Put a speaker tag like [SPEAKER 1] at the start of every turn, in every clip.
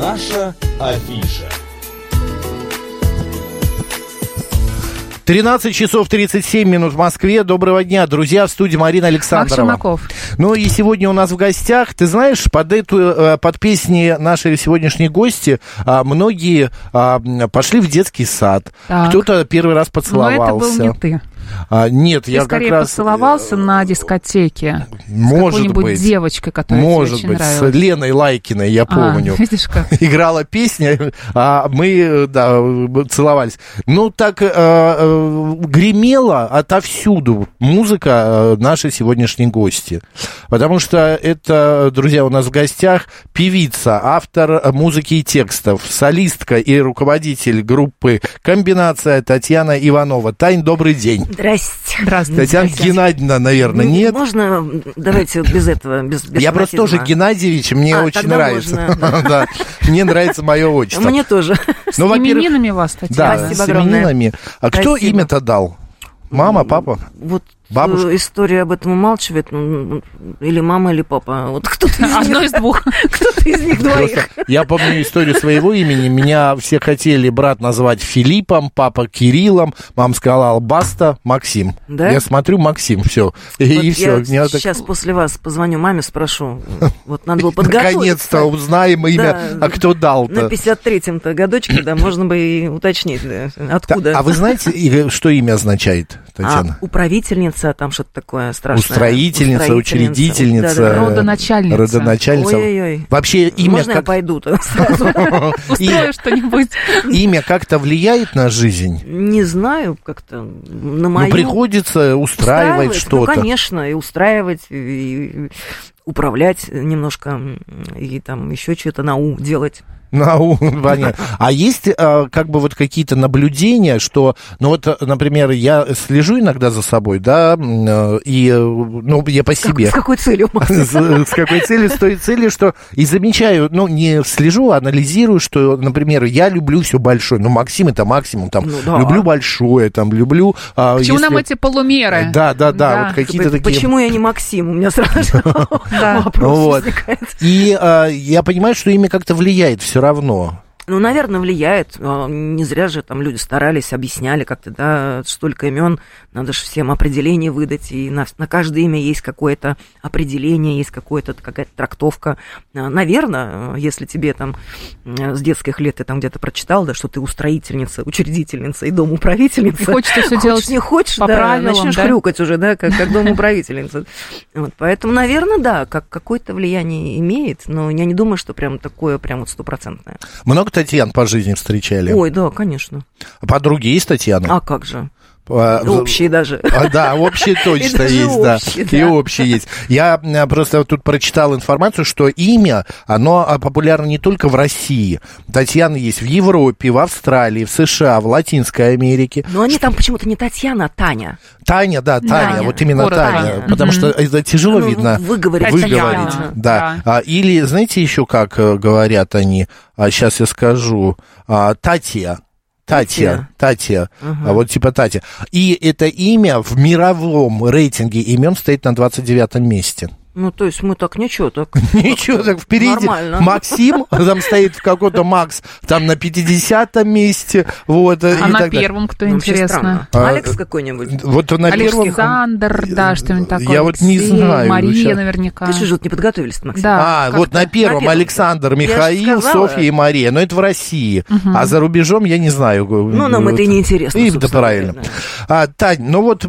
[SPEAKER 1] Афиша, афиша.
[SPEAKER 2] 13 часов 37 минут в Москве. Доброго дня, друзья, в студии Марина Александрова.
[SPEAKER 3] Макс Челноков.
[SPEAKER 2] Ну и сегодня у нас в гостях, ты знаешь, под, эту, э, под песни наши сегодняшние гости а, многие а, м, пошли в детский сад.
[SPEAKER 3] Так.
[SPEAKER 2] Кто-то первый раз
[SPEAKER 3] Но это
[SPEAKER 2] поцеловался.
[SPEAKER 3] был не ты.
[SPEAKER 2] А, нет,
[SPEAKER 3] Ты
[SPEAKER 2] я
[SPEAKER 3] скорее
[SPEAKER 2] как раз... э,
[SPEAKER 3] поцеловался на дискотеке с
[SPEAKER 2] Может
[SPEAKER 3] какой-нибудь
[SPEAKER 2] быть.
[SPEAKER 3] девочкой, которая
[SPEAKER 2] Может
[SPEAKER 3] тебе очень
[SPEAKER 2] быть, с
[SPEAKER 3] нравилась.
[SPEAKER 2] Леной Лайкиной, я
[SPEAKER 3] А,
[SPEAKER 2] помню.
[SPEAKER 3] видишь как?
[SPEAKER 2] играла песня, а мы да, целовались. Ну, так э, э, гремела отовсюду музыка э, наши сегодняшние гости. Потому что это, друзья, у нас в гостях певица, автор музыки и текстов, солистка и руководитель группы «Комбинация» Татьяна Иванова. Тань, добрый день.
[SPEAKER 4] Здрасте.
[SPEAKER 3] Здравствуйте.
[SPEAKER 2] Татьяна Геннадьевна, наверное,
[SPEAKER 4] Ну,
[SPEAKER 2] нет?
[SPEAKER 4] Можно, давайте вот без этого, без, без
[SPEAKER 2] Я просто тоже
[SPEAKER 4] фанатизма.
[SPEAKER 2] Геннадьевич, мне
[SPEAKER 4] А,
[SPEAKER 2] очень
[SPEAKER 4] тогда
[SPEAKER 2] нравится.
[SPEAKER 4] можно,
[SPEAKER 2] Да. Мне нравится мое отчество.
[SPEAKER 4] А Мне тоже.
[SPEAKER 2] Ну, во-первых,
[SPEAKER 3] Именинами вас, Татьяна.
[SPEAKER 2] Да,
[SPEAKER 4] Спасибо
[SPEAKER 2] с
[SPEAKER 4] огромное.
[SPEAKER 2] именинами. А кто
[SPEAKER 4] Спасибо. Ну,
[SPEAKER 2] имя-то дал? Мама, папа?
[SPEAKER 4] Вот
[SPEAKER 2] Бабушка.
[SPEAKER 4] э, история об этом умалчивает. ну, Или мама, или папа. Вот кто-то из
[SPEAKER 3] Одно
[SPEAKER 4] них,
[SPEAKER 3] из
[SPEAKER 2] Э,
[SPEAKER 3] двух.
[SPEAKER 4] кто-то из них двоих.
[SPEAKER 2] Просто я помню историю своего имени. Меня все хотели брат назвать Филиппом, папа Кириллом, мама сказала Албаста, Максим.
[SPEAKER 4] Да?
[SPEAKER 2] Я смотрю, Максим, все. И,
[SPEAKER 4] Вот
[SPEAKER 2] все.
[SPEAKER 4] я сейчас после вас позвоню маме, спрошу. Вот надо было подготовиться.
[SPEAKER 2] Наконец-то узнаем имя,
[SPEAKER 4] Да.
[SPEAKER 2] а кто
[SPEAKER 4] На
[SPEAKER 2] дал-то.
[SPEAKER 4] 53-м-то годочке, да, можно бы и уточнить, да,
[SPEAKER 2] Та-
[SPEAKER 4] откуда.
[SPEAKER 2] А вы знаете, и- что имя означает, Татьяна?
[SPEAKER 4] А, управительница, там что-то такое страшное.
[SPEAKER 2] Устроительница, учредительница,
[SPEAKER 4] Да-да-да.
[SPEAKER 2] э,
[SPEAKER 3] Родоначальница.
[SPEAKER 2] родоначальница.
[SPEAKER 4] Ой-ой-ой.
[SPEAKER 2] Вообще имя
[SPEAKER 4] Можно я
[SPEAKER 2] как-
[SPEAKER 4] пойду-то сразу?
[SPEAKER 3] Устрою что-нибудь.
[SPEAKER 2] имя как-то влияет на жизнь?
[SPEAKER 4] Не знаю, как-то на
[SPEAKER 2] Ну,
[SPEAKER 4] мою...
[SPEAKER 2] приходится устраивать
[SPEAKER 4] Ну,
[SPEAKER 2] что-то.
[SPEAKER 4] конечно, и устраивать, и управлять немножко, и там еще что-то на «у» делать.
[SPEAKER 2] Нау, понятно. А есть э, как бы вот какие-то наблюдения, что, ну вот, э, например, я слежу иногда за собой, да, м, э, и, э, ну, я по
[SPEAKER 4] Как-
[SPEAKER 2] себе.
[SPEAKER 4] С какой целью?
[SPEAKER 2] С э, с какой целью? С той целью, что и замечаю, ну, не слежу, а анализирую, что, например, я люблю все большое. Ну, Максим это максимум, там,
[SPEAKER 4] Ну да.
[SPEAKER 2] люблю большое, там, люблю... а,
[SPEAKER 3] Почему нам
[SPEAKER 2] если- Э,
[SPEAKER 3] эти полумеры?
[SPEAKER 2] Да, да, да,
[SPEAKER 3] Да.
[SPEAKER 2] вот какие-то такие...
[SPEAKER 4] Почему я не Максим? У меня сразу же вопрос
[SPEAKER 2] Вот.
[SPEAKER 4] возникает.
[SPEAKER 2] И а, я понимаю, что имя как-то влияет все равно.
[SPEAKER 4] Ну, наверное, влияет. А, Не зря же там люди старались, объясняли как-то, да, столько имен, надо же всем определение выдать, и на, на каждое имя есть какое-то определение, есть какое-то, какая-то трактовка. А, Наверное, если тебе там э, с детских лет ты там где-то прочитал, да, что ты устроительница, учредительница и домоуправительница.
[SPEAKER 3] И хочется всё
[SPEAKER 4] хочешь,
[SPEAKER 3] делать А
[SPEAKER 4] не хочешь,
[SPEAKER 3] по
[SPEAKER 4] да,
[SPEAKER 3] правилам,
[SPEAKER 4] начнешь
[SPEAKER 3] да?
[SPEAKER 4] хрюкать уже, да, как, как домоуправительница. Вот, поэтому, наверное, да, как, какое-то влияние имеет, но я не думаю, что прям такое прям вот стопроцентное.
[SPEAKER 2] Много Татьян по жизни встречали? А
[SPEAKER 4] Ой, да, конечно.
[SPEAKER 2] Подруги есть Татьяна?
[SPEAKER 4] А как же?
[SPEAKER 2] А, в-
[SPEAKER 4] Общие даже.
[SPEAKER 2] А, да, общие точно
[SPEAKER 4] даже
[SPEAKER 2] есть, да.
[SPEAKER 4] общие,
[SPEAKER 2] И
[SPEAKER 4] да.
[SPEAKER 2] общие есть. Я м, просто тут прочитал информацию, что имя, оно а, популярно не только в России. Татьяна есть в Европе, в Австралии, в США, в Латинской Америке.
[SPEAKER 4] Но они там почему-то не Татьяна, а Таня.
[SPEAKER 2] Таня, да, Таня,
[SPEAKER 3] Таня.
[SPEAKER 2] вот именно
[SPEAKER 3] Город
[SPEAKER 2] Таня,
[SPEAKER 4] Таня.
[SPEAKER 2] потому что это тяжело
[SPEAKER 4] Ну,
[SPEAKER 2] видно
[SPEAKER 4] выговорить.
[SPEAKER 2] выговорить.
[SPEAKER 3] Таня,
[SPEAKER 2] Да. А, или, знаете, еще как э, говорят они, сейчас я скажу, а, Татья. Татья, Татья, А вот типа Татья. И это имя в мировом рейтинге имен стоит на 29 месте.
[SPEAKER 4] Ну, то есть мы так ничего, так.
[SPEAKER 2] Ничего, так впереди
[SPEAKER 4] Нормально.
[SPEAKER 2] Максим, там стоит какой-то Макс, там на 50 месте, вот, э,
[SPEAKER 3] А
[SPEAKER 2] и
[SPEAKER 3] на
[SPEAKER 2] так далее.
[SPEAKER 3] первом, кто
[SPEAKER 4] Ну, вообще
[SPEAKER 3] интересно?
[SPEAKER 4] странно.
[SPEAKER 2] А,
[SPEAKER 4] Алекс какой-нибудь.
[SPEAKER 2] Вот на первом...
[SPEAKER 3] Александр, да, что-нибудь
[SPEAKER 2] Я
[SPEAKER 3] такое.
[SPEAKER 2] вот не
[SPEAKER 3] Алексей,
[SPEAKER 2] знаю, ну,
[SPEAKER 3] Мария
[SPEAKER 2] сейчас.
[SPEAKER 3] наверняка.
[SPEAKER 4] Ты что же тут не подготовились, Максим?
[SPEAKER 3] Да.
[SPEAKER 2] А,
[SPEAKER 4] как-то.
[SPEAKER 2] вот на
[SPEAKER 4] На
[SPEAKER 2] первом
[SPEAKER 4] первом.
[SPEAKER 2] Александр,
[SPEAKER 4] Я же
[SPEAKER 2] Михаил,
[SPEAKER 4] сказала.
[SPEAKER 2] Софья и Мария. Но это в России. А за рубежом я не знаю.
[SPEAKER 4] Ну, нам это и не интересно,
[SPEAKER 2] И, да,
[SPEAKER 4] собственно
[SPEAKER 2] правильно.
[SPEAKER 4] говоря,
[SPEAKER 2] А, Тань, ну вот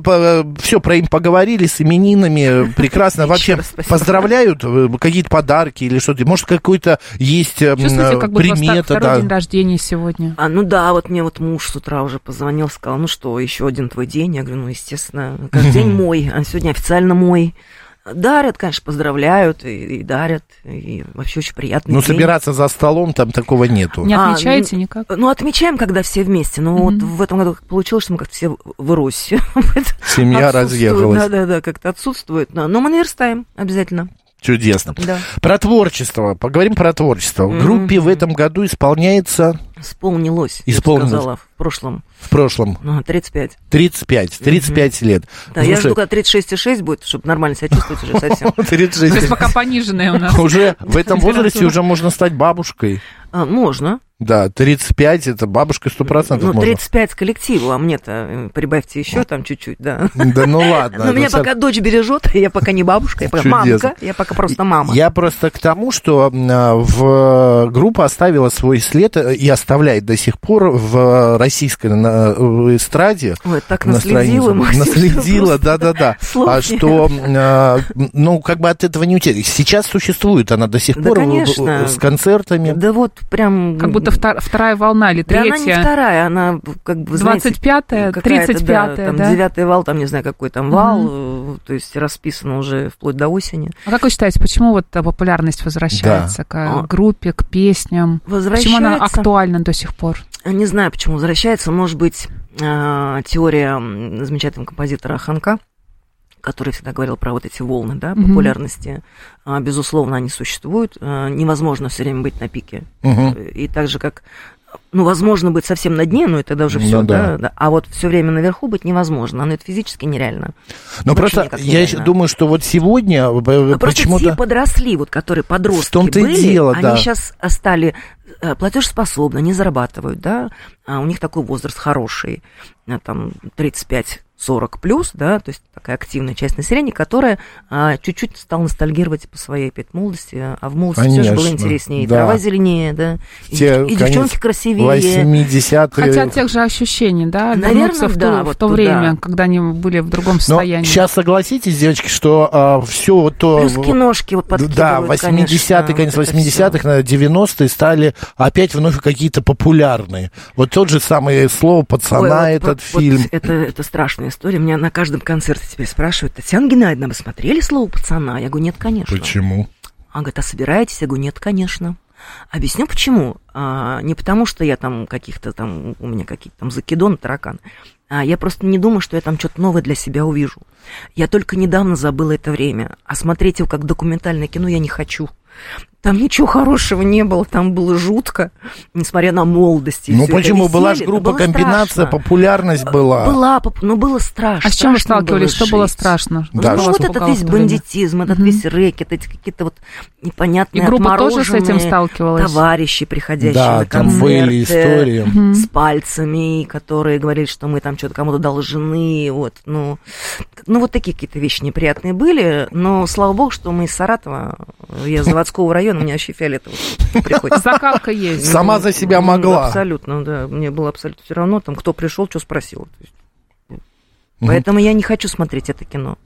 [SPEAKER 2] все про им поговорили с именинами. Прекрасно. Вообще
[SPEAKER 4] раз спасибо.
[SPEAKER 2] поздравляют э, какие-то подарки или что-то. Может, какой-то есть э, м,
[SPEAKER 3] Чувствуете, как будто у вас так-
[SPEAKER 2] примета.
[SPEAKER 3] второй день
[SPEAKER 2] да?
[SPEAKER 3] рождения сегодня?
[SPEAKER 4] А, ну да, вот мне вот муж с утра уже позвонил, сказал, ну что, еще один твой день? Я говорю, ну, естественно, каждый день мой, а сегодня официально мой. Дарят, конечно, поздравляют и, и дарят, и вообще очень приятный
[SPEAKER 2] Ну,
[SPEAKER 4] день.
[SPEAKER 2] собираться за столом там такого нету.
[SPEAKER 3] Не
[SPEAKER 4] А,
[SPEAKER 3] отмечаете никак?
[SPEAKER 4] Ну, отмечаем, когда все вместе. Но вот в этом году как получилось, что мы как-то все в- в Руси.
[SPEAKER 2] Семья разъехалась.
[SPEAKER 4] Да-да-да, как-то отсутствует. Но но мы наверстаем обязательно.
[SPEAKER 2] Чудесно.
[SPEAKER 4] Да.
[SPEAKER 2] Про творчество. Поговорим про творчество. В группе в этом году исполняется
[SPEAKER 4] Исполнилось. я бы
[SPEAKER 2] Исполнилось.
[SPEAKER 4] сказала в прошлом.
[SPEAKER 2] в прошлом.
[SPEAKER 4] Ну, 35.
[SPEAKER 2] 35, 35 лет.
[SPEAKER 4] Да, я
[SPEAKER 2] Слушай,
[SPEAKER 4] жду, когда 36,6 будет, чтобы нормально себя чувствовать уже совсем.
[SPEAKER 2] 36.
[SPEAKER 3] То есть пока пониженная у нас.
[SPEAKER 2] Уже в этом возрасте уже можно стать бабушкой.
[SPEAKER 4] А, можно.
[SPEAKER 2] Да, 35 это бабушка 100%
[SPEAKER 4] Ну,
[SPEAKER 2] можно.
[SPEAKER 4] 35 с коллективу, а мне-то э, прибавьте еще там чуть-чуть, да.
[SPEAKER 2] Да ну ладно.
[SPEAKER 4] Но
[SPEAKER 2] это
[SPEAKER 4] меня
[SPEAKER 2] со-
[SPEAKER 4] пока дочь бережет, я пока не бабушка, я пока
[SPEAKER 2] Чудесно.
[SPEAKER 4] мамка, я пока просто мама.
[SPEAKER 2] Я просто к тому, что м, а, в группа оставила свой след э, и оставляет до сих пор в российской на- э, эстраде.
[SPEAKER 4] Ой, так
[SPEAKER 2] на
[SPEAKER 4] наследила,
[SPEAKER 2] странице.
[SPEAKER 4] Максим, что
[SPEAKER 2] Наследила,
[SPEAKER 4] просто
[SPEAKER 2] да-да-да.
[SPEAKER 4] слов
[SPEAKER 2] А
[SPEAKER 4] нет.
[SPEAKER 2] что, м, а, м, ну, как бы от этого не уйти. Сейчас существует она до сих
[SPEAKER 4] Да,
[SPEAKER 2] пор э,
[SPEAKER 4] конечно.
[SPEAKER 2] э, с концертами.
[SPEAKER 4] Да вот прям...
[SPEAKER 3] Как будто втор- вторая волна или
[SPEAKER 4] Да она не
[SPEAKER 3] третья.
[SPEAKER 4] вторая, она как бы, знаете, ну,
[SPEAKER 3] 25-я,
[SPEAKER 4] какая-то, да,
[SPEAKER 3] 35-я,
[SPEAKER 4] там
[SPEAKER 3] да?
[SPEAKER 4] девятый вал, там не знаю какой там вал, э, то есть расписано уже вплоть до осени.
[SPEAKER 3] А как вы считаете, почему вот э, популярность возвращается
[SPEAKER 4] А.
[SPEAKER 3] к э, группе, к песням? Почему
[SPEAKER 4] Возвращается.
[SPEAKER 3] она актуальна до сих пор?
[SPEAKER 4] Не знаю, почему возвращается. Может быть, э, теория м, замечательного композитора Ханка, который всегда говорил про вот эти волны, да,
[SPEAKER 3] Мгм.
[SPEAKER 4] популярности. А, Безусловно, они существуют. Э, Невозможно все время быть на пике.
[SPEAKER 2] Мгм.
[SPEAKER 4] И так же, как ну, возможно быть совсем на дне, но это даже
[SPEAKER 2] Ну
[SPEAKER 4] все,
[SPEAKER 2] да.
[SPEAKER 4] да, да. А вот все время наверху быть невозможно, но это физически нереально.
[SPEAKER 2] Но
[SPEAKER 4] вообще
[SPEAKER 2] просто
[SPEAKER 4] никак
[SPEAKER 2] я
[SPEAKER 4] нереально.
[SPEAKER 2] думаю, что вот сегодня э,
[SPEAKER 4] Ну, Просто те
[SPEAKER 2] почему-то...
[SPEAKER 4] подросли, вот которые подростки
[SPEAKER 2] В том-то и
[SPEAKER 4] были,
[SPEAKER 2] дело,
[SPEAKER 4] они
[SPEAKER 2] да.
[SPEAKER 4] сейчас стали э, платежеспособны, они зарабатывают, да, а у них такой возраст хороший, а, там 35-40 плюс, да, то есть такая активная часть населения, которая а, чуть-чуть стала ностальгировать по своей опять молодости, а в молодости все же было
[SPEAKER 2] Конечно,
[SPEAKER 4] интереснее, и
[SPEAKER 2] да.
[SPEAKER 4] трава зеленее, да, и,
[SPEAKER 2] Те,
[SPEAKER 4] девч- и
[SPEAKER 2] конец
[SPEAKER 4] девчонки красивее.
[SPEAKER 2] 80-е.
[SPEAKER 3] Хотя тех же ощущений, да,
[SPEAKER 4] Наверное,
[SPEAKER 3] вернуться в то,
[SPEAKER 4] да,
[SPEAKER 3] в
[SPEAKER 4] вот
[SPEAKER 3] то
[SPEAKER 4] туда.
[SPEAKER 3] время, когда они были в другом
[SPEAKER 2] Но
[SPEAKER 3] состоянии.
[SPEAKER 2] сейчас согласитесь, девочки, что все вот то...
[SPEAKER 4] Плюс киношки вот подкидывают,
[SPEAKER 2] Ну Да, 80-е,
[SPEAKER 4] конечно,
[SPEAKER 2] конец
[SPEAKER 4] вот это
[SPEAKER 2] 80-х, наверное, 90-е стали опять вновь какие-то популярные. Вот тот же самое слово
[SPEAKER 4] Ой,
[SPEAKER 2] пацана,
[SPEAKER 4] вот-
[SPEAKER 2] этот
[SPEAKER 4] вот- вот
[SPEAKER 2] фильм.
[SPEAKER 4] это, это страшная история. Меня на каждом концерте теперь спрашивают, Татьяна Геннадьевна, вы смотрели «Слово пацана»? Я говорю, нет, конечно.
[SPEAKER 2] Почему?
[SPEAKER 4] Она говорит, а собираетесь? Я говорю, нет, конечно. Объясню, почему. А, не потому, что я там каких-то там, у меня какие-то там закидоны, таракан. А, я просто не думаю, что я там что-то новое для себя увижу. Я только недавно забыла это время. А смотреть его как документальное кино я не хочу. Там ничего хорошего не было, там было жутко, несмотря на молодость. и
[SPEAKER 2] Ну
[SPEAKER 4] всё это
[SPEAKER 2] почему? Была же
[SPEAKER 4] веселье, это
[SPEAKER 2] группа
[SPEAKER 4] было
[SPEAKER 2] комбинация,
[SPEAKER 4] страшно.
[SPEAKER 2] популярность была.
[SPEAKER 4] Была, поп- но было страшно.
[SPEAKER 3] а с чем вы
[SPEAKER 4] Страшно
[SPEAKER 3] сталкивались? Что
[SPEAKER 4] жить.
[SPEAKER 3] было страшно?
[SPEAKER 2] Да,
[SPEAKER 3] Что
[SPEAKER 4] ну,
[SPEAKER 2] что
[SPEAKER 3] вас
[SPEAKER 4] вот этот
[SPEAKER 3] пугало в
[SPEAKER 4] весь
[SPEAKER 3] то время?
[SPEAKER 4] бандитизм, этот
[SPEAKER 3] Мгм.
[SPEAKER 4] весь рэкет, эти какие-то вот
[SPEAKER 3] И
[SPEAKER 4] непонятные
[SPEAKER 3] группа тоже с этим
[SPEAKER 4] отмороженные
[SPEAKER 3] сталкивалась?
[SPEAKER 4] товарищи, приходящие
[SPEAKER 2] Да,
[SPEAKER 4] на
[SPEAKER 2] там
[SPEAKER 4] концерты.
[SPEAKER 2] были истории.
[SPEAKER 3] Мгм.
[SPEAKER 4] С пальцами, которые говорили, что мы там что-то кому-то должны, вот, ну, ну, вот такие какие-то вещи неприятные были, но слава богу, что мы из Саратова, я из заводского района, у меня вообще фиолетово приходится. Ну,
[SPEAKER 3] Закалка есть.
[SPEAKER 2] Сама за себя могла.
[SPEAKER 4] Абсолютно, да, мне было абсолютно все равно, там, кто пришел, что спросил. То есть, Поэтому я не хочу смотреть это кино.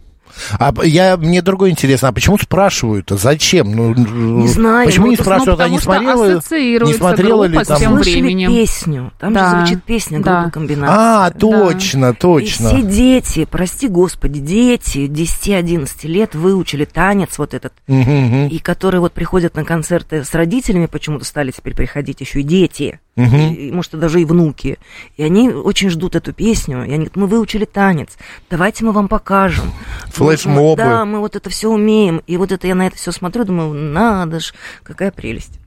[SPEAKER 2] А п- я, мне другое интересно, а почему спрашивают-то? Зачем? Ну,
[SPEAKER 4] Не знаю,
[SPEAKER 2] Почему
[SPEAKER 4] ну,
[SPEAKER 2] не
[SPEAKER 4] просто,
[SPEAKER 2] спрашивают,
[SPEAKER 3] ну,
[SPEAKER 2] а не
[SPEAKER 3] потому что
[SPEAKER 2] смотрела?
[SPEAKER 3] ассоциируется
[SPEAKER 2] не смотрела ли
[SPEAKER 3] группа с
[SPEAKER 2] там-
[SPEAKER 3] тем
[SPEAKER 4] Слышали
[SPEAKER 3] временем.
[SPEAKER 4] песню? Там
[SPEAKER 3] Да.
[SPEAKER 4] же звучит песня
[SPEAKER 3] Да.
[SPEAKER 4] группы комбинация.
[SPEAKER 2] А, точно, точно.
[SPEAKER 4] И все дети, прости господи, дети 10-11 лет выучили танец вот этот,
[SPEAKER 2] Мгм, мгм.
[SPEAKER 4] и которые вот приходят на концерты с родителями, почему-то стали теперь приходить еще и дети,
[SPEAKER 2] Мгм.
[SPEAKER 4] и, может, и даже и внуки. И они очень ждут эту песню, и они говорят, мы выучили танец, давайте мы вам покажем.
[SPEAKER 2] Флешмобы.
[SPEAKER 4] Да, мы вот это все умеем, и вот это я на это все смотрю, думаю, надо ж, какая прелесть.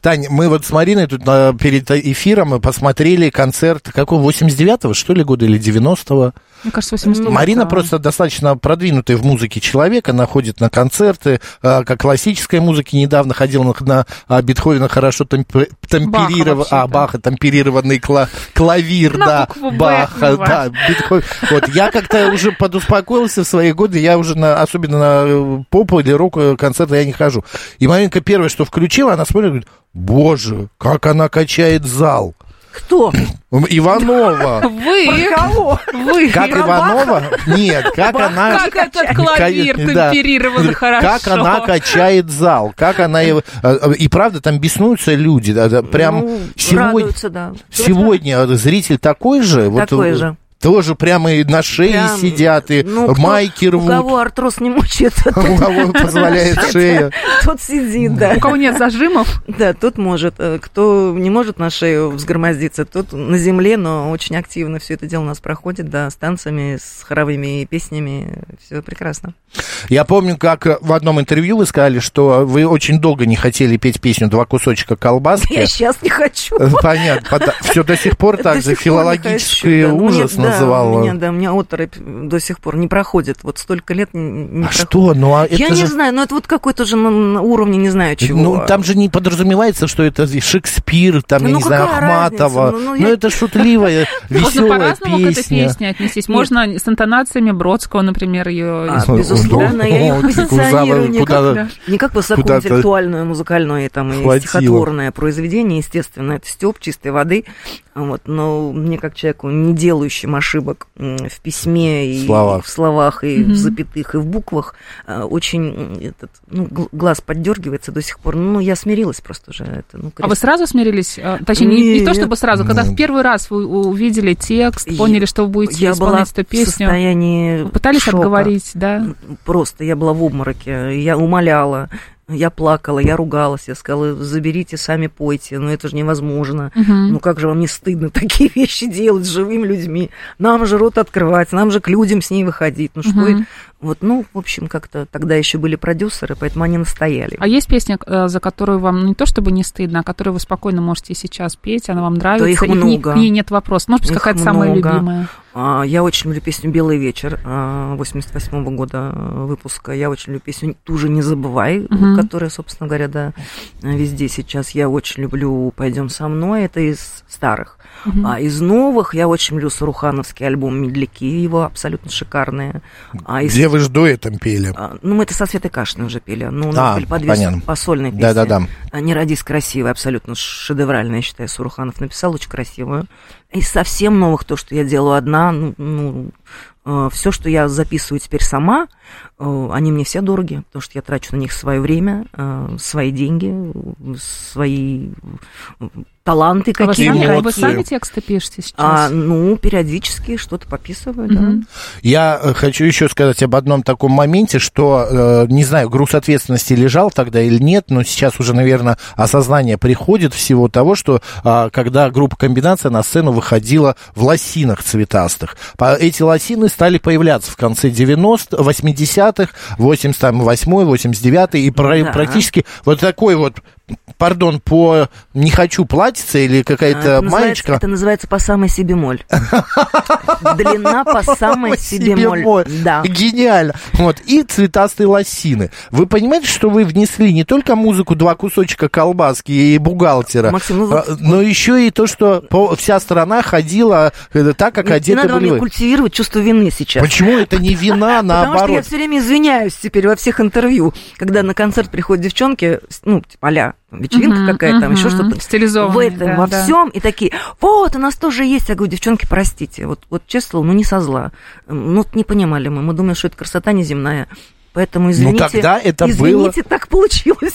[SPEAKER 2] Тань, мы вот с Мариной тут а, перед эфиром мы посмотрели концерт какого, 89-го, что ли, года или 90-го?
[SPEAKER 3] Мне кажется, 80
[SPEAKER 2] Марина
[SPEAKER 3] это-
[SPEAKER 2] просто достаточно продвинутая в музыке человек, она ходит на концерты, а, как классической музыки, недавно ходила на, на, а, Бетховена хорошо темпе- темпериров-
[SPEAKER 3] вообще,
[SPEAKER 2] а,
[SPEAKER 3] да.
[SPEAKER 2] Баха, темперированный кла- клавир,
[SPEAKER 3] На
[SPEAKER 2] да,
[SPEAKER 3] букву «Б»
[SPEAKER 2] Баха,
[SPEAKER 3] называют.
[SPEAKER 2] да, Бетховен. Вот, я как-то уже подуспокоился в свои годы, я уже на, особенно на э, поп или рок э, концерты я не хожу. И Маринка первое, что включила, она смотрит, и говорит, боже, как она качает зал.
[SPEAKER 4] Кто?
[SPEAKER 2] Иванова.
[SPEAKER 3] Вы,
[SPEAKER 4] Кого?
[SPEAKER 3] вы.
[SPEAKER 2] Как Иванова? Нет, как она...
[SPEAKER 3] Как этот клавир
[SPEAKER 2] Конечно, да.
[SPEAKER 3] темперирован хорошо.
[SPEAKER 2] Как она качает зал, как она его... э, И правда, там беснуются люди, да, да, прям
[SPEAKER 4] Ну,
[SPEAKER 2] сегодня...
[SPEAKER 4] радуются, да.
[SPEAKER 2] Сегодня зритель такой же, вот,
[SPEAKER 4] Такой
[SPEAKER 2] э,
[SPEAKER 4] же.
[SPEAKER 2] тоже прямо и на шее
[SPEAKER 4] Прям,
[SPEAKER 2] сидят, и
[SPEAKER 4] ну, кто-
[SPEAKER 2] майки
[SPEAKER 4] У
[SPEAKER 2] рвут.
[SPEAKER 4] кого артроз не мучает,
[SPEAKER 2] У кого позволяет шея.
[SPEAKER 4] тот сидит, да.
[SPEAKER 3] У кого нет зажимов,
[SPEAKER 4] Да, тот может. Э, Кто не может на шею взгромоздиться, тот на земле, но очень активно все это дело у нас проходит, да, с танцами, с хоровыми песнями, все прекрасно.
[SPEAKER 2] Я помню, как э, в одном интервью вы сказали, что вы очень долго не хотели петь песню «Два кусочка колбаски».
[SPEAKER 4] Я сейчас не хочу.
[SPEAKER 2] Э, Понятно. Все до сих пор так
[SPEAKER 4] До
[SPEAKER 2] же
[SPEAKER 4] сих пор не
[SPEAKER 2] филологический
[SPEAKER 4] хочу, да. Ну,
[SPEAKER 2] ужас
[SPEAKER 4] мне- да, у меня,
[SPEAKER 2] называла. А
[SPEAKER 4] да, у меня оторопь до сих пор не проходит. Вот столько лет н- не
[SPEAKER 2] А
[SPEAKER 4] проходит.
[SPEAKER 2] что? Ну, а
[SPEAKER 4] Я
[SPEAKER 2] это
[SPEAKER 4] не
[SPEAKER 2] же...
[SPEAKER 4] знаю, но это вот какой-то же на- на уровне не знаю чего.
[SPEAKER 2] Ну, там же не подразумевается, что это Шекспир, там, я
[SPEAKER 4] Ну,
[SPEAKER 2] не знаю,
[SPEAKER 4] какая
[SPEAKER 2] Ахматова.
[SPEAKER 4] разница? Ну,
[SPEAKER 2] Ну,
[SPEAKER 4] ну, я-
[SPEAKER 2] это шутливая,
[SPEAKER 3] можно
[SPEAKER 2] веселая
[SPEAKER 3] по-разному к этой
[SPEAKER 2] песня.
[SPEAKER 3] песне отнестись. Можно с интонациями Бродского, например, ее...
[SPEAKER 4] А, безусловно, я ее
[SPEAKER 2] Ну,
[SPEAKER 4] позиционирую не как
[SPEAKER 2] куда-
[SPEAKER 4] Не как
[SPEAKER 2] Куда-то
[SPEAKER 4] высокоинтеллектуальное, музыкальное там, и
[SPEAKER 2] хватило.
[SPEAKER 4] стихотворное произведение, естественно, это степ чистой воды. Вот, но мне как человеку, не делающим ошибок м, в письме и
[SPEAKER 2] В словах.
[SPEAKER 4] в словах, и
[SPEAKER 3] Мгм.
[SPEAKER 4] в запятых, и в буквах, а, очень м, этот, ну, гл- глаз поддергивается до сих пор. Ну, я смирилась просто уже. Это, ну,
[SPEAKER 3] А вы сразу смирились? А, Точнее, не, не то
[SPEAKER 4] Нет.
[SPEAKER 3] чтобы сразу, когда
[SPEAKER 2] Ну.
[SPEAKER 3] в первый раз вы у- увидели текст,
[SPEAKER 4] Я-
[SPEAKER 3] поняли, что вы будете
[SPEAKER 4] я была
[SPEAKER 3] исполнять эту
[SPEAKER 4] в
[SPEAKER 3] песню,
[SPEAKER 4] состоянии
[SPEAKER 3] вы пытались
[SPEAKER 4] шока.
[SPEAKER 3] отговорить, да?
[SPEAKER 4] Просто я была в обмороке, я умоляла, я плакала, я ругалась, я сказала, заберите, сами пойте, но это же невозможно.
[SPEAKER 3] Мгм.
[SPEAKER 4] Ну как же вам не стыдно такие вещи делать с живыми людьми? Нам же рот открывать, нам же к людям с ней выходить. Ну что
[SPEAKER 3] Мгм.
[SPEAKER 4] это? Вот, ну, в общем, как-то тогда еще были продюсеры, поэтому они настояли.
[SPEAKER 3] А есть песня, э, за которую вам не то чтобы не стыдно, а которую вы спокойно можете и сейчас петь, она вам нравится?
[SPEAKER 4] их
[SPEAKER 3] и к ней-
[SPEAKER 4] много.
[SPEAKER 3] К ней нет вопроса. Может быть,
[SPEAKER 4] Их
[SPEAKER 3] какая-то самая
[SPEAKER 4] много.
[SPEAKER 3] любимая.
[SPEAKER 4] А, я очень люблю песню «Белый вечер» 88 года а, выпуска. Я очень люблю песню «Ту же не забывай»,
[SPEAKER 3] Мгм.
[SPEAKER 4] которая, собственно говоря, да, везде сейчас. Я очень люблю «Пойдем со мной», это из старых.
[SPEAKER 3] Мгм.
[SPEAKER 4] А из новых я очень люблю Сарухановский альбом «Медляки», его абсолютно шикарные. А из
[SPEAKER 2] Где вы с дуэтом пели?
[SPEAKER 4] А, Ну, мы это со Светой Кашиной уже пели. Ну, у нас
[SPEAKER 2] А,
[SPEAKER 4] были по две с-
[SPEAKER 2] понятно.
[SPEAKER 4] по сольной песне.
[SPEAKER 2] Да-да-да.
[SPEAKER 4] А «Не родись красивой», абсолютно шедевральная, я считаю, Суруханов написал, очень красивую. Из совсем новых, то, что я делаю одна, ну, все, что я записываю теперь сама, э, они мне все дороги, потому что я трачу на них свое время, э, свои деньги, э, свои э, таланты
[SPEAKER 3] А вы, сами,
[SPEAKER 4] какие-то.
[SPEAKER 3] вы
[SPEAKER 2] эмоции.
[SPEAKER 3] сами тексты пишете
[SPEAKER 4] А,
[SPEAKER 3] сейчас?
[SPEAKER 4] ну, периодически что-то пописываю, да.
[SPEAKER 3] Мгм.
[SPEAKER 2] Я э, хочу еще сказать об одном таком моменте, что, э, не знаю, груз ответственности лежал тогда или нет, но сейчас уже, наверное, осознание приходит всего того, что а, когда группа «Комбинация» на сцену выходила в лосинах цветастых. По- Эти лосины стали появляться в конце 90-х, 80-х, 88-й, 89-й, и про-
[SPEAKER 4] Да.
[SPEAKER 2] практически вот такой вот, пардон, по «не хочу платьице» или какая-то
[SPEAKER 4] А, это называется-
[SPEAKER 2] маечка.
[SPEAKER 4] Это называется по самой си бемоль. Длина по самой си бемоль. Да.
[SPEAKER 2] Гениально. Вот. И цветастые лосины. Вы понимаете, что вы внесли не только музыку «Два кусочка колбаски» и «Бухгалтера»,
[SPEAKER 4] Максим, ну
[SPEAKER 2] а, но еще и то, что по- вся страна ходила э, так, как
[SPEAKER 4] не- не
[SPEAKER 2] одеты
[SPEAKER 4] надо
[SPEAKER 2] были
[SPEAKER 4] мне
[SPEAKER 2] вы.
[SPEAKER 4] культивировать чувство вины сейчас.
[SPEAKER 2] Почему это не вина,
[SPEAKER 4] Потому что я
[SPEAKER 2] наоборот?
[SPEAKER 4] все время извиняюсь теперь во всех интервью, когда на концерт приходят девчонки, с- ну, типа, а вечеринка
[SPEAKER 3] Мгм,
[SPEAKER 4] какая-то, там еще
[SPEAKER 3] мгм.
[SPEAKER 4] что-то.
[SPEAKER 3] Стилизованные,
[SPEAKER 4] В этом,
[SPEAKER 3] да,
[SPEAKER 4] во
[SPEAKER 3] да.
[SPEAKER 4] всем. И такие, вот, у нас тоже есть. Я говорю, девчонки, простите. Вот, вот честно, ну, не со зла. М, Ну, вот не понимали мы. Мы думали, что это красота неземная. Поэтому извините.
[SPEAKER 2] Ну, тогда это было... Э,
[SPEAKER 4] извините, так получилось.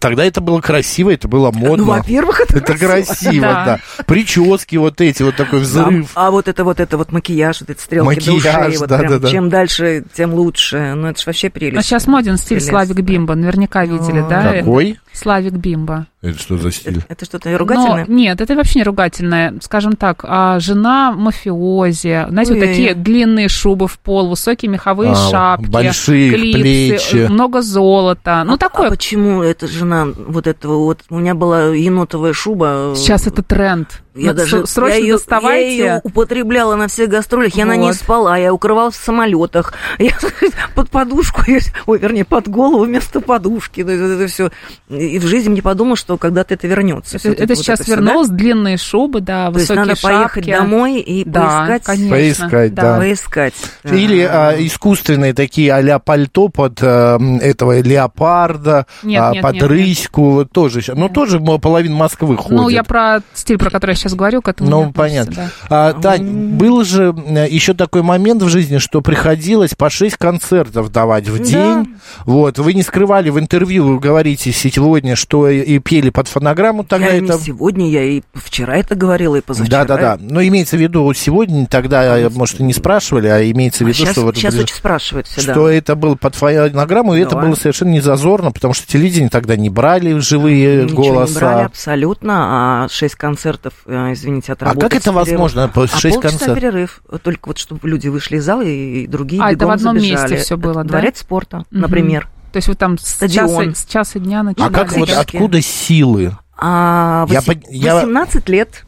[SPEAKER 2] Тогда это было красиво, это было
[SPEAKER 4] Ну,
[SPEAKER 2] модно.
[SPEAKER 4] во-первых, это,
[SPEAKER 2] Это красиво, да.
[SPEAKER 3] Да.
[SPEAKER 2] Прически вот эти, вот такой взрыв.
[SPEAKER 4] А, а вот это вот это вот макияж, вот эти стрелки до ушей,
[SPEAKER 2] Макияж,
[SPEAKER 4] вот
[SPEAKER 2] да,
[SPEAKER 4] прям
[SPEAKER 2] да, да.
[SPEAKER 4] чем дальше, тем лучше. Ну это ж вообще прелесть.
[SPEAKER 3] А сейчас моден стиль
[SPEAKER 4] Прелестно.
[SPEAKER 3] Славик Бимба, наверняка видели,
[SPEAKER 4] А.
[SPEAKER 3] да?
[SPEAKER 2] Какой?
[SPEAKER 3] Славик Бимба.
[SPEAKER 2] Это что за
[SPEAKER 4] Это, это что-то
[SPEAKER 3] Но,
[SPEAKER 4] ругательное?
[SPEAKER 3] нет, это вообще не ругательное. Скажем так, а, жена мафиози, знаете, вот
[SPEAKER 4] Ой-ой-ой.
[SPEAKER 3] такие длинные шубы в пол, высокие меховые
[SPEAKER 2] А,
[SPEAKER 3] шапки,
[SPEAKER 2] большие
[SPEAKER 3] клипсы,
[SPEAKER 2] плечи.
[SPEAKER 3] э, много золота. Ну,
[SPEAKER 4] А-
[SPEAKER 3] такое.
[SPEAKER 4] А почему эта жена вот этого вот у меня была енотовая шуба.
[SPEAKER 3] Сейчас это тренд.
[SPEAKER 4] я
[SPEAKER 3] Вот
[SPEAKER 4] даже
[SPEAKER 3] с- срочно
[SPEAKER 4] я её-
[SPEAKER 3] доставайте.
[SPEAKER 4] я ее употребляла на всех гастролях, я на ней
[SPEAKER 3] Вот.
[SPEAKER 4] спала, я укрывалась в самолетах, я под подушку, я- ой, вернее, под голову вместо подушки, ну, это, все. И в жизни не подумала, что когда-то это вернется.
[SPEAKER 3] это это сейчас вернулось, длинные шубы, да,
[SPEAKER 4] То есть
[SPEAKER 3] высокие
[SPEAKER 4] надо
[SPEAKER 3] шапки.
[SPEAKER 4] поехать домой и
[SPEAKER 3] Да,
[SPEAKER 4] поискать.
[SPEAKER 3] конечно.
[SPEAKER 2] Поискать, да.
[SPEAKER 4] Поискать. да.
[SPEAKER 2] Или а, искусственные такие а-ля пальто под э, м, этого леопарда,
[SPEAKER 3] Нет,
[SPEAKER 2] а,
[SPEAKER 3] нет, Э.
[SPEAKER 2] под
[SPEAKER 3] нет, нет.
[SPEAKER 2] рыську, вот тоже. щас- Ну, тоже м- половина Москвы ходит.
[SPEAKER 3] Ну, я про стиль, про который я сейчас говорю, к этому
[SPEAKER 2] Ну,
[SPEAKER 3] не относится,
[SPEAKER 2] понятно.
[SPEAKER 3] да.
[SPEAKER 2] А, Тань, был же э, еще такой момент в жизни, что приходилось по 6 концертов давать в
[SPEAKER 4] Да.
[SPEAKER 2] день. Вот, вы не скрывали в интервью, вы говорите сегодня, что и, и пели под фонограмму тогда
[SPEAKER 4] я
[SPEAKER 2] это.
[SPEAKER 4] и сегодня, я и вчера это говорила, и позавчера. А
[SPEAKER 2] Да, да, да. Но имеется в виду сегодня, тогда, э, может, и не спрашивали, а имеется в виду,
[SPEAKER 4] сейчас
[SPEAKER 2] что вот ближе-
[SPEAKER 4] очень спрашивают всегда.
[SPEAKER 2] что это было под фонограмму, и это
[SPEAKER 4] Да.
[SPEAKER 2] было совершенно не зазорно, потому что телевидение тогда не брали живые
[SPEAKER 4] Ничего
[SPEAKER 2] голоса.
[SPEAKER 4] не брали абсолютно, а шесть концертов, э,
[SPEAKER 2] а
[SPEAKER 4] извините, отработать.
[SPEAKER 2] как это
[SPEAKER 4] с перерывом.
[SPEAKER 2] возможно?
[SPEAKER 4] А
[SPEAKER 2] 6
[SPEAKER 4] полчаса
[SPEAKER 2] концертов.
[SPEAKER 4] перерыв, только вот чтобы люди вышли из зала и другие
[SPEAKER 3] А, это
[SPEAKER 4] бегом
[SPEAKER 3] в одном
[SPEAKER 4] забежали.
[SPEAKER 3] месте всё было, да?
[SPEAKER 4] Дворец спорта,
[SPEAKER 3] Мгм.
[SPEAKER 4] например.
[SPEAKER 3] То есть вы там с часа,
[SPEAKER 4] Стадион.
[SPEAKER 3] с часа дня
[SPEAKER 2] А
[SPEAKER 3] начинали.
[SPEAKER 2] как вот
[SPEAKER 4] практически.
[SPEAKER 2] откуда силы?
[SPEAKER 4] А
[SPEAKER 2] Я
[SPEAKER 4] восем-
[SPEAKER 2] пон- я-
[SPEAKER 4] 18 лет,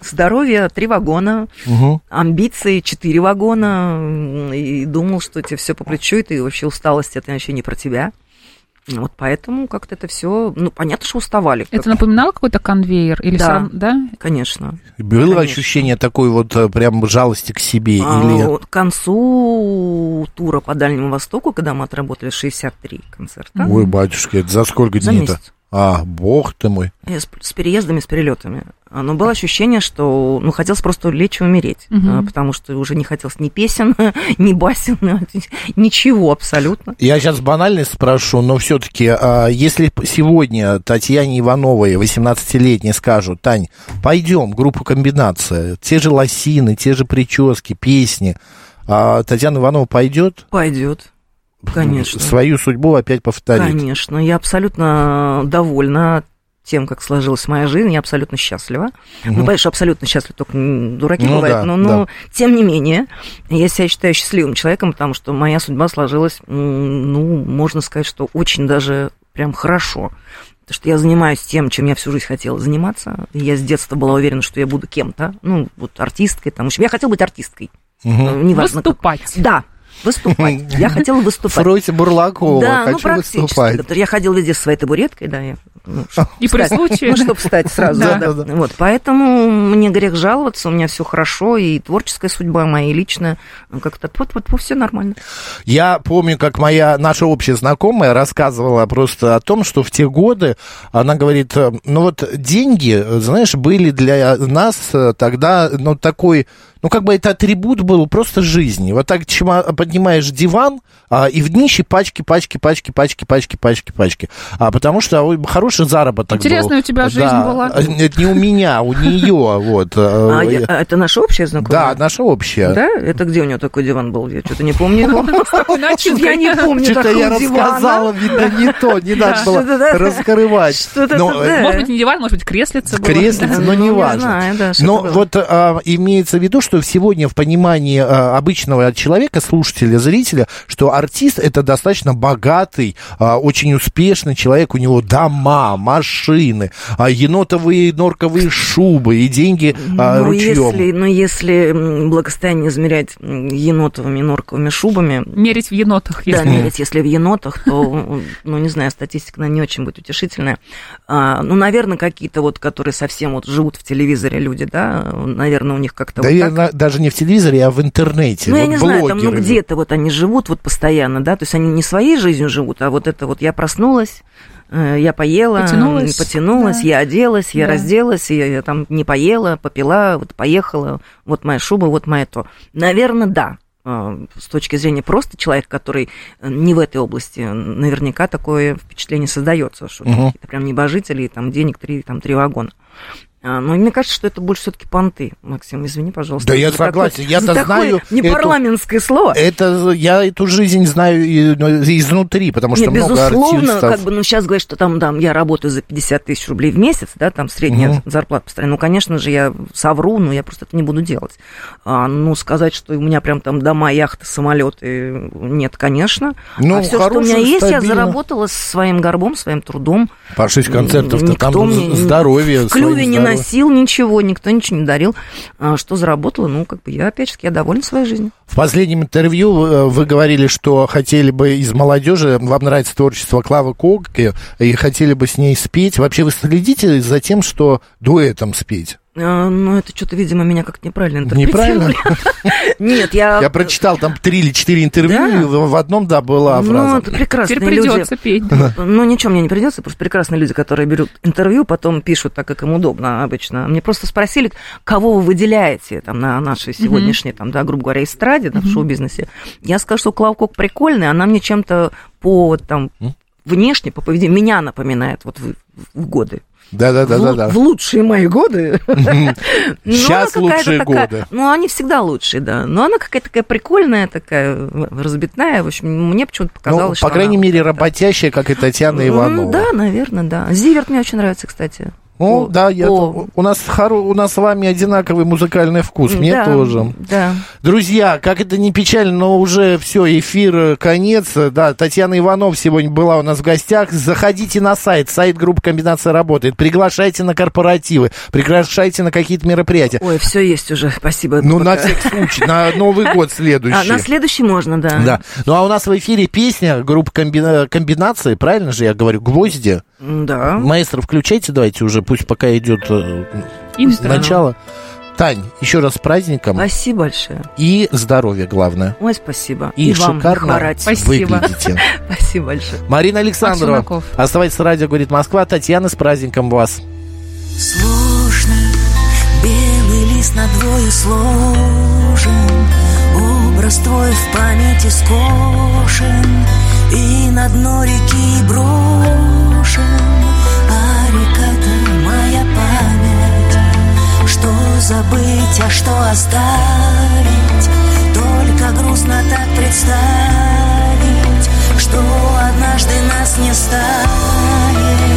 [SPEAKER 4] здоровье три вагона,
[SPEAKER 2] Мгм.
[SPEAKER 4] амбиции четыре вагона, м, и думал, что тебе все по плечу, и ты вообще усталость, это вообще не про тебя. Вот поэтому как-то это все, ну, понятно, что уставали,
[SPEAKER 3] Это
[SPEAKER 4] как-
[SPEAKER 3] напоминало какой-то конвейер? Или
[SPEAKER 4] Да.
[SPEAKER 3] всё равно- да?
[SPEAKER 4] конечно.
[SPEAKER 2] Было
[SPEAKER 4] Конечно.
[SPEAKER 2] ощущение такой вот э, прям жалости к себе
[SPEAKER 4] А,
[SPEAKER 2] или
[SPEAKER 4] вот К концу тура по Дальнему Востоку, когда мы отработали 63 концерта,
[SPEAKER 2] ой, батюшки, это за сколько
[SPEAKER 4] за
[SPEAKER 2] дней-то?
[SPEAKER 4] месяц.
[SPEAKER 2] А, бог ты мой.
[SPEAKER 4] Э, С, с переездами, с перелетами. А, Но было ощущение, что ну, хотелось просто лечь и умереть,
[SPEAKER 3] Мгм.
[SPEAKER 4] а, потому что уже не хотелось ни песен, ни басен, ничего абсолютно.
[SPEAKER 2] Я сейчас банальность спрошу, но все-таки, если п- сегодня Татьяне Ивановой, 18-летней, скажут, Тань, пойдем, группа комбинация, те же лосины, те же прически, песни, а Татьяна Иванова пойдет?
[SPEAKER 4] Пойдет. Конечно.
[SPEAKER 2] Свою судьбу опять повторит.
[SPEAKER 4] Конечно, я абсолютно довольна тем, как сложилась моя жизнь, я абсолютно счастлива. Ну,
[SPEAKER 2] Мгм.
[SPEAKER 4] понимаешь, абсолютно счастлив, только м, дураки
[SPEAKER 2] Ну
[SPEAKER 4] бывают.
[SPEAKER 2] да,
[SPEAKER 4] но,
[SPEAKER 2] да.
[SPEAKER 4] но, тем не менее, я себя считаю счастливым человеком, потому что моя судьба сложилась, м, ну, можно сказать, что очень даже прям хорошо. Потому что я занимаюсь тем, чем я всю жизнь хотела заниматься. Я с детства была уверена, что я буду кем-то. Ну, вот артисткой. Там. В общем, я хотела быть артисткой.
[SPEAKER 2] Мгм.
[SPEAKER 4] Неважно. как.
[SPEAKER 3] Выступать.
[SPEAKER 4] Да, выступать. Я хотела выступать.
[SPEAKER 2] Фройте Бурлакова,
[SPEAKER 4] Да, ну
[SPEAKER 2] хочу
[SPEAKER 4] практически.
[SPEAKER 2] выступать.
[SPEAKER 4] да, потому что Я ходила везде со своей табуреткой, да. Я, ну, чтоб
[SPEAKER 3] И при
[SPEAKER 4] встать.
[SPEAKER 3] случае...
[SPEAKER 4] Ну, чтобы встать сразу.
[SPEAKER 2] Да,
[SPEAKER 4] Да,
[SPEAKER 2] да, да.
[SPEAKER 4] Вот, поэтому мне грех жаловаться, у меня все хорошо, и творческая судьба моя, и личная. Ну, Как-то вот, вот, все нормально.
[SPEAKER 2] Я помню, как моя наша общая знакомая рассказывала просто о том, что в те годы она говорит, э, ну вот деньги, э, знаешь, были для нас э, тогда, ну такой, ну как бы это атрибут был просто жизни. Вот так чма- поднимаешь диван, а, и в днище пачки, пачки, пачки, пачки, пачки, пачки, пачки. А потому что ой, хороший заработок. был.
[SPEAKER 3] Интересная у тебя жизнь
[SPEAKER 2] Да.
[SPEAKER 3] была.
[SPEAKER 2] Э, Это не у меня, у нее, вот. э,
[SPEAKER 4] А, я- а это наша общая
[SPEAKER 2] Да,
[SPEAKER 4] знакомая?
[SPEAKER 2] наша общая.
[SPEAKER 4] Да? Это где у нее такой диван был? Я что-то не помню его.
[SPEAKER 3] такой начинкой.
[SPEAKER 4] Я не помню
[SPEAKER 2] Что-то я
[SPEAKER 4] такого
[SPEAKER 2] рассказала,
[SPEAKER 4] дивана.
[SPEAKER 2] видно, не то, не надо
[SPEAKER 4] Да.
[SPEAKER 2] было
[SPEAKER 4] Что-то, да.
[SPEAKER 2] раскрывать.
[SPEAKER 4] Что-то
[SPEAKER 2] Но,
[SPEAKER 4] это,
[SPEAKER 2] э,
[SPEAKER 4] да. Ну,
[SPEAKER 3] Может быть, не диван, может быть, креслица была.
[SPEAKER 2] Креслица, но не важно.
[SPEAKER 4] знаю, да, что
[SPEAKER 2] Но
[SPEAKER 4] это было.
[SPEAKER 2] вот а, имеется в виду, что сегодня в понимании а, обычного человека, слушателя, зрителя, что артист это достаточно богатый, а, очень успешный человек, у него дома, машины, а, енотовые норковые шубы и деньги а,
[SPEAKER 4] Ну,
[SPEAKER 2] ручьем.
[SPEAKER 4] если, ну, если м, благосостояние измерять м, енотовыми норковыми шубами,
[SPEAKER 3] Мерить в енотах.
[SPEAKER 4] Да,
[SPEAKER 3] если-
[SPEAKER 4] мерить, если в енотах, то, ну, не знаю, статистика, наверное, не очень будет утешительная. А, ну, наверное, какие-то вот, которые совсем вот живут в телевизоре люди, да, наверное, у них как-то
[SPEAKER 2] Да
[SPEAKER 4] вот
[SPEAKER 2] я
[SPEAKER 4] так.
[SPEAKER 2] на- даже не в телевизоре, а в интернете.
[SPEAKER 4] Ну, я
[SPEAKER 2] вот
[SPEAKER 4] не знаю, там, ну,
[SPEAKER 2] блогеры.
[SPEAKER 4] где-то вот они живут вот постоянно, да, то есть они не своей жизнью живут, а вот это вот я проснулась, э, я поела,
[SPEAKER 3] Потянулась,
[SPEAKER 4] м, потянулась,
[SPEAKER 3] да.
[SPEAKER 4] я оделась, я
[SPEAKER 3] Да.
[SPEAKER 4] разделась, я, я там не поела, попила, вот поехала, вот моя шуба, вот моя то. Наверное, да. Э, С точки зрения просто человека, который э, не в этой области, наверняка такое впечатление создается, что
[SPEAKER 2] Мгм.
[SPEAKER 4] какие-то прям небожители, и там денег три, там три вагона. А, Но мне кажется, что это больше все-таки понты, Максим, извини, пожалуйста.
[SPEAKER 2] Да я
[SPEAKER 4] За такое-
[SPEAKER 2] согласен, я-то
[SPEAKER 4] за такое
[SPEAKER 2] знаю эту- Э,
[SPEAKER 4] непарламентское слово.
[SPEAKER 2] Это я эту жизнь знаю и- ну, изнутри, потому что
[SPEAKER 4] Не,
[SPEAKER 2] много
[SPEAKER 4] безусловно,
[SPEAKER 2] артистов.
[SPEAKER 4] как бы, ну, сейчас говорят, что там, там, я работаю за 50 тысяч рублей в месяц, да, там средняя
[SPEAKER 2] Мгм.
[SPEAKER 4] зарплата по стране. Ну, конечно же, я совру, но я просто это не буду делать. А, ну, сказать, что у меня прям там дома, яхты, самолеты, нет, конечно.
[SPEAKER 2] Ну,
[SPEAKER 4] а все, что у
[SPEAKER 2] хороший,
[SPEAKER 4] меня есть, я
[SPEAKER 2] стабильно.
[SPEAKER 4] заработала своим горбом, своим трудом.
[SPEAKER 2] По шесть концертов-то
[SPEAKER 4] Никто
[SPEAKER 2] там
[SPEAKER 4] мне не-
[SPEAKER 2] здоровье.
[SPEAKER 4] В клюве
[SPEAKER 2] своим
[SPEAKER 4] не
[SPEAKER 2] здоровье.
[SPEAKER 4] носил ничего, никто ничего не дарил. А, что заработала, ну, как бы, я, опять же, я довольна своей жизнью.
[SPEAKER 2] В последнем интервью э, вы говорили, что хотели бы из молодежи, вам нравится творчество Клавы Коки, и хотели бы с ней спеть. Вообще вы следите за тем, что дуэтом спеть?
[SPEAKER 4] Э, Ну, это что-то, видимо, меня как-то неправильно
[SPEAKER 2] Неправильно?
[SPEAKER 4] интерпретировали. Нет, я...
[SPEAKER 2] Я прочитал там три или четыре интервью,
[SPEAKER 4] А, Да.
[SPEAKER 2] и в в одном, да, была
[SPEAKER 4] Ну,
[SPEAKER 2] фраза.
[SPEAKER 4] это прекрасные
[SPEAKER 3] Теперь
[SPEAKER 4] люди.
[SPEAKER 3] придется петь.
[SPEAKER 4] Ну, ничего мне не придется, просто прекрасные люди, которые берут интервью, потом пишут так, как им удобно обычно. Мне просто спросили, кого вы выделяете там, на нашей сегодняшней, там, да, грубо говоря, эстраде, да, в
[SPEAKER 3] Мгм.
[SPEAKER 4] шоу-бизнесе. Я скажу, что Клава Кок прикольная, она мне чем-то по вот там
[SPEAKER 2] М.
[SPEAKER 4] внешне, по поведению, меня напоминает вот в, в годы. в, лу-
[SPEAKER 2] Да-да-да-да.
[SPEAKER 4] Ну, в лучшие мои годы. Ну, она
[SPEAKER 2] Сейчас
[SPEAKER 4] какая-то
[SPEAKER 2] лучшие
[SPEAKER 4] такая-
[SPEAKER 2] годы.
[SPEAKER 4] Ну, они всегда лучшие, да. Но она какая-то такая прикольная, такая э, разбитная. В общем, мне почему-то
[SPEAKER 2] Ну,
[SPEAKER 4] показалось,
[SPEAKER 2] по
[SPEAKER 4] что
[SPEAKER 2] крайней
[SPEAKER 4] она-
[SPEAKER 2] мере, работящая, как и Татьяна
[SPEAKER 4] М,
[SPEAKER 2] Иванова.
[SPEAKER 4] Да, наверное, да. Зиверт мне очень нравится, кстати.
[SPEAKER 2] Ну,
[SPEAKER 4] О,
[SPEAKER 2] да, я,
[SPEAKER 4] о.
[SPEAKER 2] у, нас хоро, у нас с вами одинаковый музыкальный вкус, мне
[SPEAKER 4] Да,
[SPEAKER 2] тоже.
[SPEAKER 4] Да.
[SPEAKER 2] Друзья, как это не печально, но уже все, эфир э, конец. Да, Татьяна Иванов сегодня была у нас в гостях. Заходите на сайт, сайт группы «Комбинация работает». Приглашайте на корпоративы, приглашайте на какие-то мероприятия.
[SPEAKER 4] Ой, все есть уже, спасибо.
[SPEAKER 2] Ну, на
[SPEAKER 4] Пока.
[SPEAKER 2] всякий случай, на Новый год следующий.
[SPEAKER 4] А, на следующий можно, да.
[SPEAKER 2] Да. Ну, а у нас в эфире песня группы «Комби- комбинации, правильно же я говорю, «Гвозди».
[SPEAKER 4] М, Да.
[SPEAKER 2] Маэстро, включайте давайте уже, пусть пока идет э,
[SPEAKER 3] Интро.
[SPEAKER 2] начало. Тань, еще раз с праздником.
[SPEAKER 4] Спасибо большое.
[SPEAKER 2] И здоровье, главное.
[SPEAKER 4] Ой, спасибо.
[SPEAKER 2] И,
[SPEAKER 4] вам не
[SPEAKER 2] шикарно
[SPEAKER 4] хворать.
[SPEAKER 3] Спасибо.
[SPEAKER 2] выглядите.
[SPEAKER 4] Спасибо большое.
[SPEAKER 2] Марина Александрова.
[SPEAKER 3] Максим Наков.
[SPEAKER 2] Оставайтесь с радио, говорит Москва. Татьяна, с праздником вас.
[SPEAKER 1] Сложно, белый лист на двое сложен Образ твой в памяти скошен И на дно реки брошен А река-то моя память Что забыть, а что оставить Только грустно так представить Что однажды нас не станет а